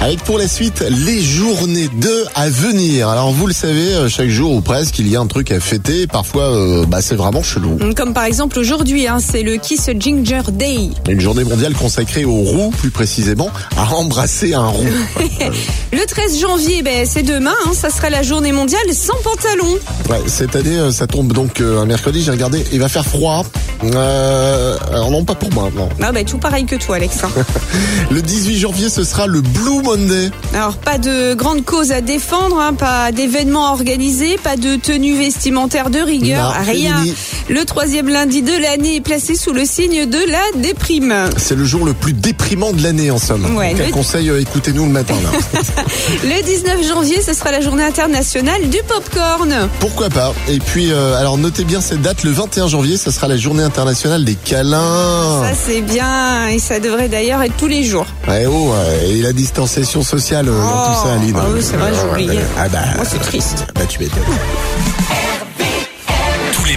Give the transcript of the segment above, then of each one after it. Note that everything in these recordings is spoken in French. Avec pour la suite les journées 2 à venir. Alors vous le savez, euh, chaque jour ou presque, il y a un truc à fêter. Parfois, euh, bah, c'est vraiment chelou. Comme par exemple aujourd'hui, hein, c'est le Kiss Ginger Day. Une journée mondiale consacrée aux roues, plus précisément, à embrasser un roux. Le 13 janvier, ben, c'est demain, hein, ça sera la journée mondiale sans pantalon. Ouais, cette année, euh, ça tombe donc euh, un mercredi. J'ai regardé, il va faire froid. Euh, alors non, pas pour moi. Non. Ah ben, tout pareil que toi, Alex. hein. Le 18 janvier, ce sera le Blue Monday. Alors, pas de grande cause à défendre, hein, pas d'événements à organiser, pas de tenue vestimentaire de rigueur, Non, rien. Émilie. Le troisième lundi de l'année est placé sous le signe de la déprime. C'est le jour le plus déprimant de l'année, en somme. Ouais, Quel le- conseil, euh, écoutez-nous le matin. Là. Le 19 janvier, ce sera la journée internationale du popcorn. Pourquoi pas Et puis, euh, alors notez bien cette date, le 21 janvier, ça sera la journée internationale des câlins. Ça, c'est bien, et ça devrait d'ailleurs être tous les jours. Ouais, oh, ouais, et la distanciation sociale euh, dans tout ça, Aline. ah oui, c'est vrai, j'ai Ah, oublié. ouais, Ah bah, Moi, c'est triste. bah tu m'étonnes. Tous les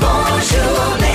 bonne journée.